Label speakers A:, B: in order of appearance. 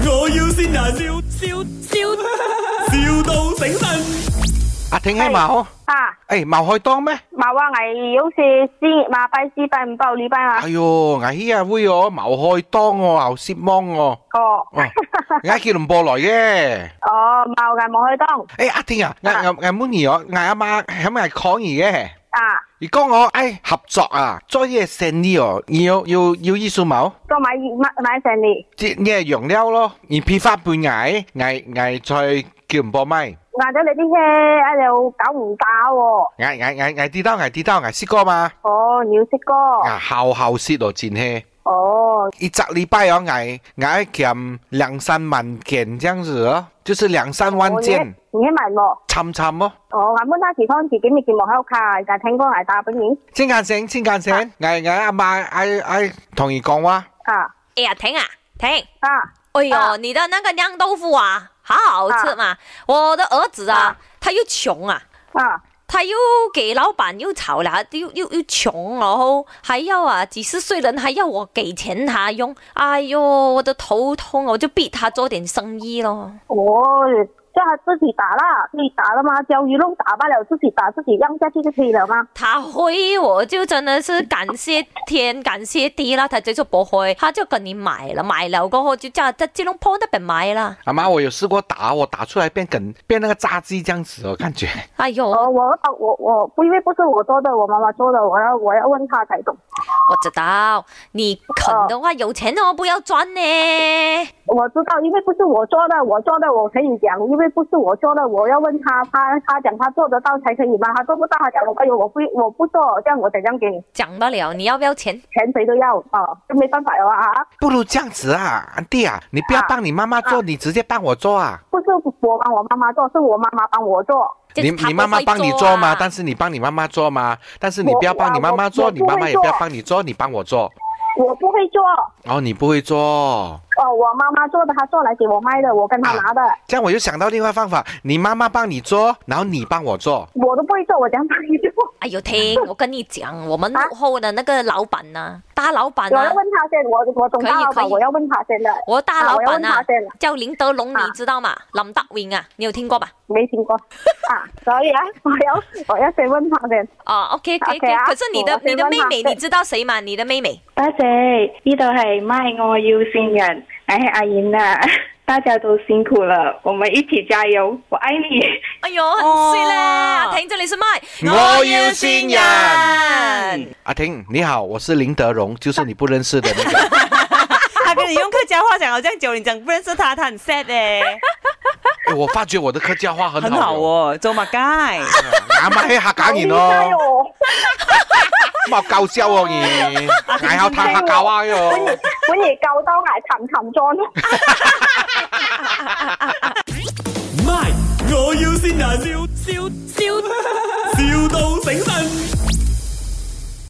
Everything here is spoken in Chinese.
A: 先啊，笑笑笑，, 笑到醒神。
B: 阿挺喺茅，
C: 啊，
B: 诶茅開當咩？
C: 冇啊，我好似先嘛，拜四拜五拜六禮拜嘛
B: 哎。哟，危險啊妹哦，茅開當哦，牛舌芒哦，
C: 哦，
B: 哦，嗌叫唔過來嘅。
C: 哦，冇嘅，冇去當。
B: 诶阿挺啊，嗌嗌嗌 Mooney 我，嗌阿媽係咪係抗議嘅？
C: 啊，
B: 如果我诶合作啊，做嘢成呢哦，要要要藝術冇？
C: 都買買買成年，
B: 即係用料咯，而批發半捱捱捱再叫唔播咪。
C: 捱咗你啲車喺度搞唔搞喎？
B: 捱捱捱捱啲兜捱啲兜捱蝕歌嘛，
C: 哦，你要識歌。
B: 啊後後蝕到戰氣。
C: 哦，
B: 一整礼拜要挨挨减两三万件这样子哦，就是两三万
C: 我
B: 件，
C: 哦你喺埋幕。
B: 惨惨哦。
C: 哦，我本身時當自己咪節目喺屋企，但聽歌捱打本面。
B: 先眼醒，先眼醒，挨挨阿妈挨挨同伊讲话，
C: 啊
D: 哎呀，婷啊，婷，
C: 啊，
D: 哎呦，
C: 啊
D: 你的那个酿豆腐啊，好好吃嘛！我的儿子啊，
C: 啊
D: 他又穷啊，
C: 啊，
D: 他又给老板又吵啦，又又又穷，然后还要啊，几十岁人还要我给钱他用，哎呦，我的头痛，啊我就逼他做点生意咯。
C: 我即係支持打啦，支持打啦嘛，教育窿打不了，支持打，支持扔下去就可以了嘛。
D: 他会，我就真的是感谢 天，感谢地啦。他这就不会，他就跟你买了，买了过后就叫在吉隆坡那边买了。
B: 阿妈我有试过打，我打出来变梗变那个炸鸡这样子哦， 感觉。
D: 哎呦，
C: 哦，我我我不因为不是我做的，我妈妈做的，我要我要问她才懂。
D: 我知道，你肯的话有钱哦，不要赚呢。
C: 我知道，因为不是我做的，我做的我可以讲，因为不是我做的，我要问她，她她讲她做得到才可以嘛，她做不到，她讲我哎呦我不我不做，这样我怎样给你
D: 讲不了，你要不要钱？
C: 钱谁都要啊，就没办法了啊。
B: 不如这样子啊，安弟啊，你不要
C: 啊
B: 帮你妈妈做，你直接帮我做啊。
C: 不是我帮我妈妈做，是我妈妈帮我做。
B: 你你妈妈帮你做嘛，但
D: 是
B: 是你帮你妈妈做嘛，但是你
C: 啊我
B: 不要帮你妈妈
C: 我
B: 做，
C: 我
B: 你妈妈也
C: 不
B: 不
C: 会
B: 要
C: 做
B: 帮你做，你帮我做。
C: 我不会做，
B: 哦，你不会做。
C: 哦，我妈妈做的，她做来给我卖的，我跟她拿的，
B: 这样我就想到另外方法，你妈妈帮你做，然后你帮我做。
C: 我都不会做， 我怎样帮你做？
D: 哎呦，听 我跟你讲，我们
C: 啊
D: 幕后的那个老板呢、大老板
C: 我
D: 呢、
C: 要问她先，我我懂
D: 可以
C: 大老
D: 可
C: 板，
D: 以
C: 我要问她先的，
D: 我大
C: 啊
D: 老
C: 我要
D: 板
C: 问
D: 呢、
C: 她先的，
D: 叫林德龙，
C: 啊
D: 你知道吗？林德荣啊，你有听过吧？
C: 没听过 啊，所以啊，我要我要先问她先。
D: 哦，OK，可以，可
C: OK
D: 以。
C: 啊
D: 可是你的
C: 我
D: 你的妹妹，
C: 我
D: 你知道谁吗？你的妹妹，
E: 多謝，呢度係 My 我要線人，我係阿燕啊， 大家都辛苦了，我們一起加油，我愛你。
D: 哎呦，很
A: 哦
D: 衰嘞！阿婷，这里是麦，
B: 我要新人
D: 人。
B: 阿婷，你好，我是林德荣，就是你不认识的那个。
A: 他跟你用客家话讲，好像九零讲不认识他，他很 sad 哎、
B: 哎我发觉我的客家话很
A: 很
B: 好
A: 好
B: 哦，
A: 哦，做乜街？
B: 阿妈黑客家人
C: 哎
B: 哦，
C: 呦，
B: 冇搞笑哦你，挨后叹客家话哟。
C: 本而夠兜挨氹氹裝。
A: 唔係，我要先人，笑笑笑，,笑到醒神。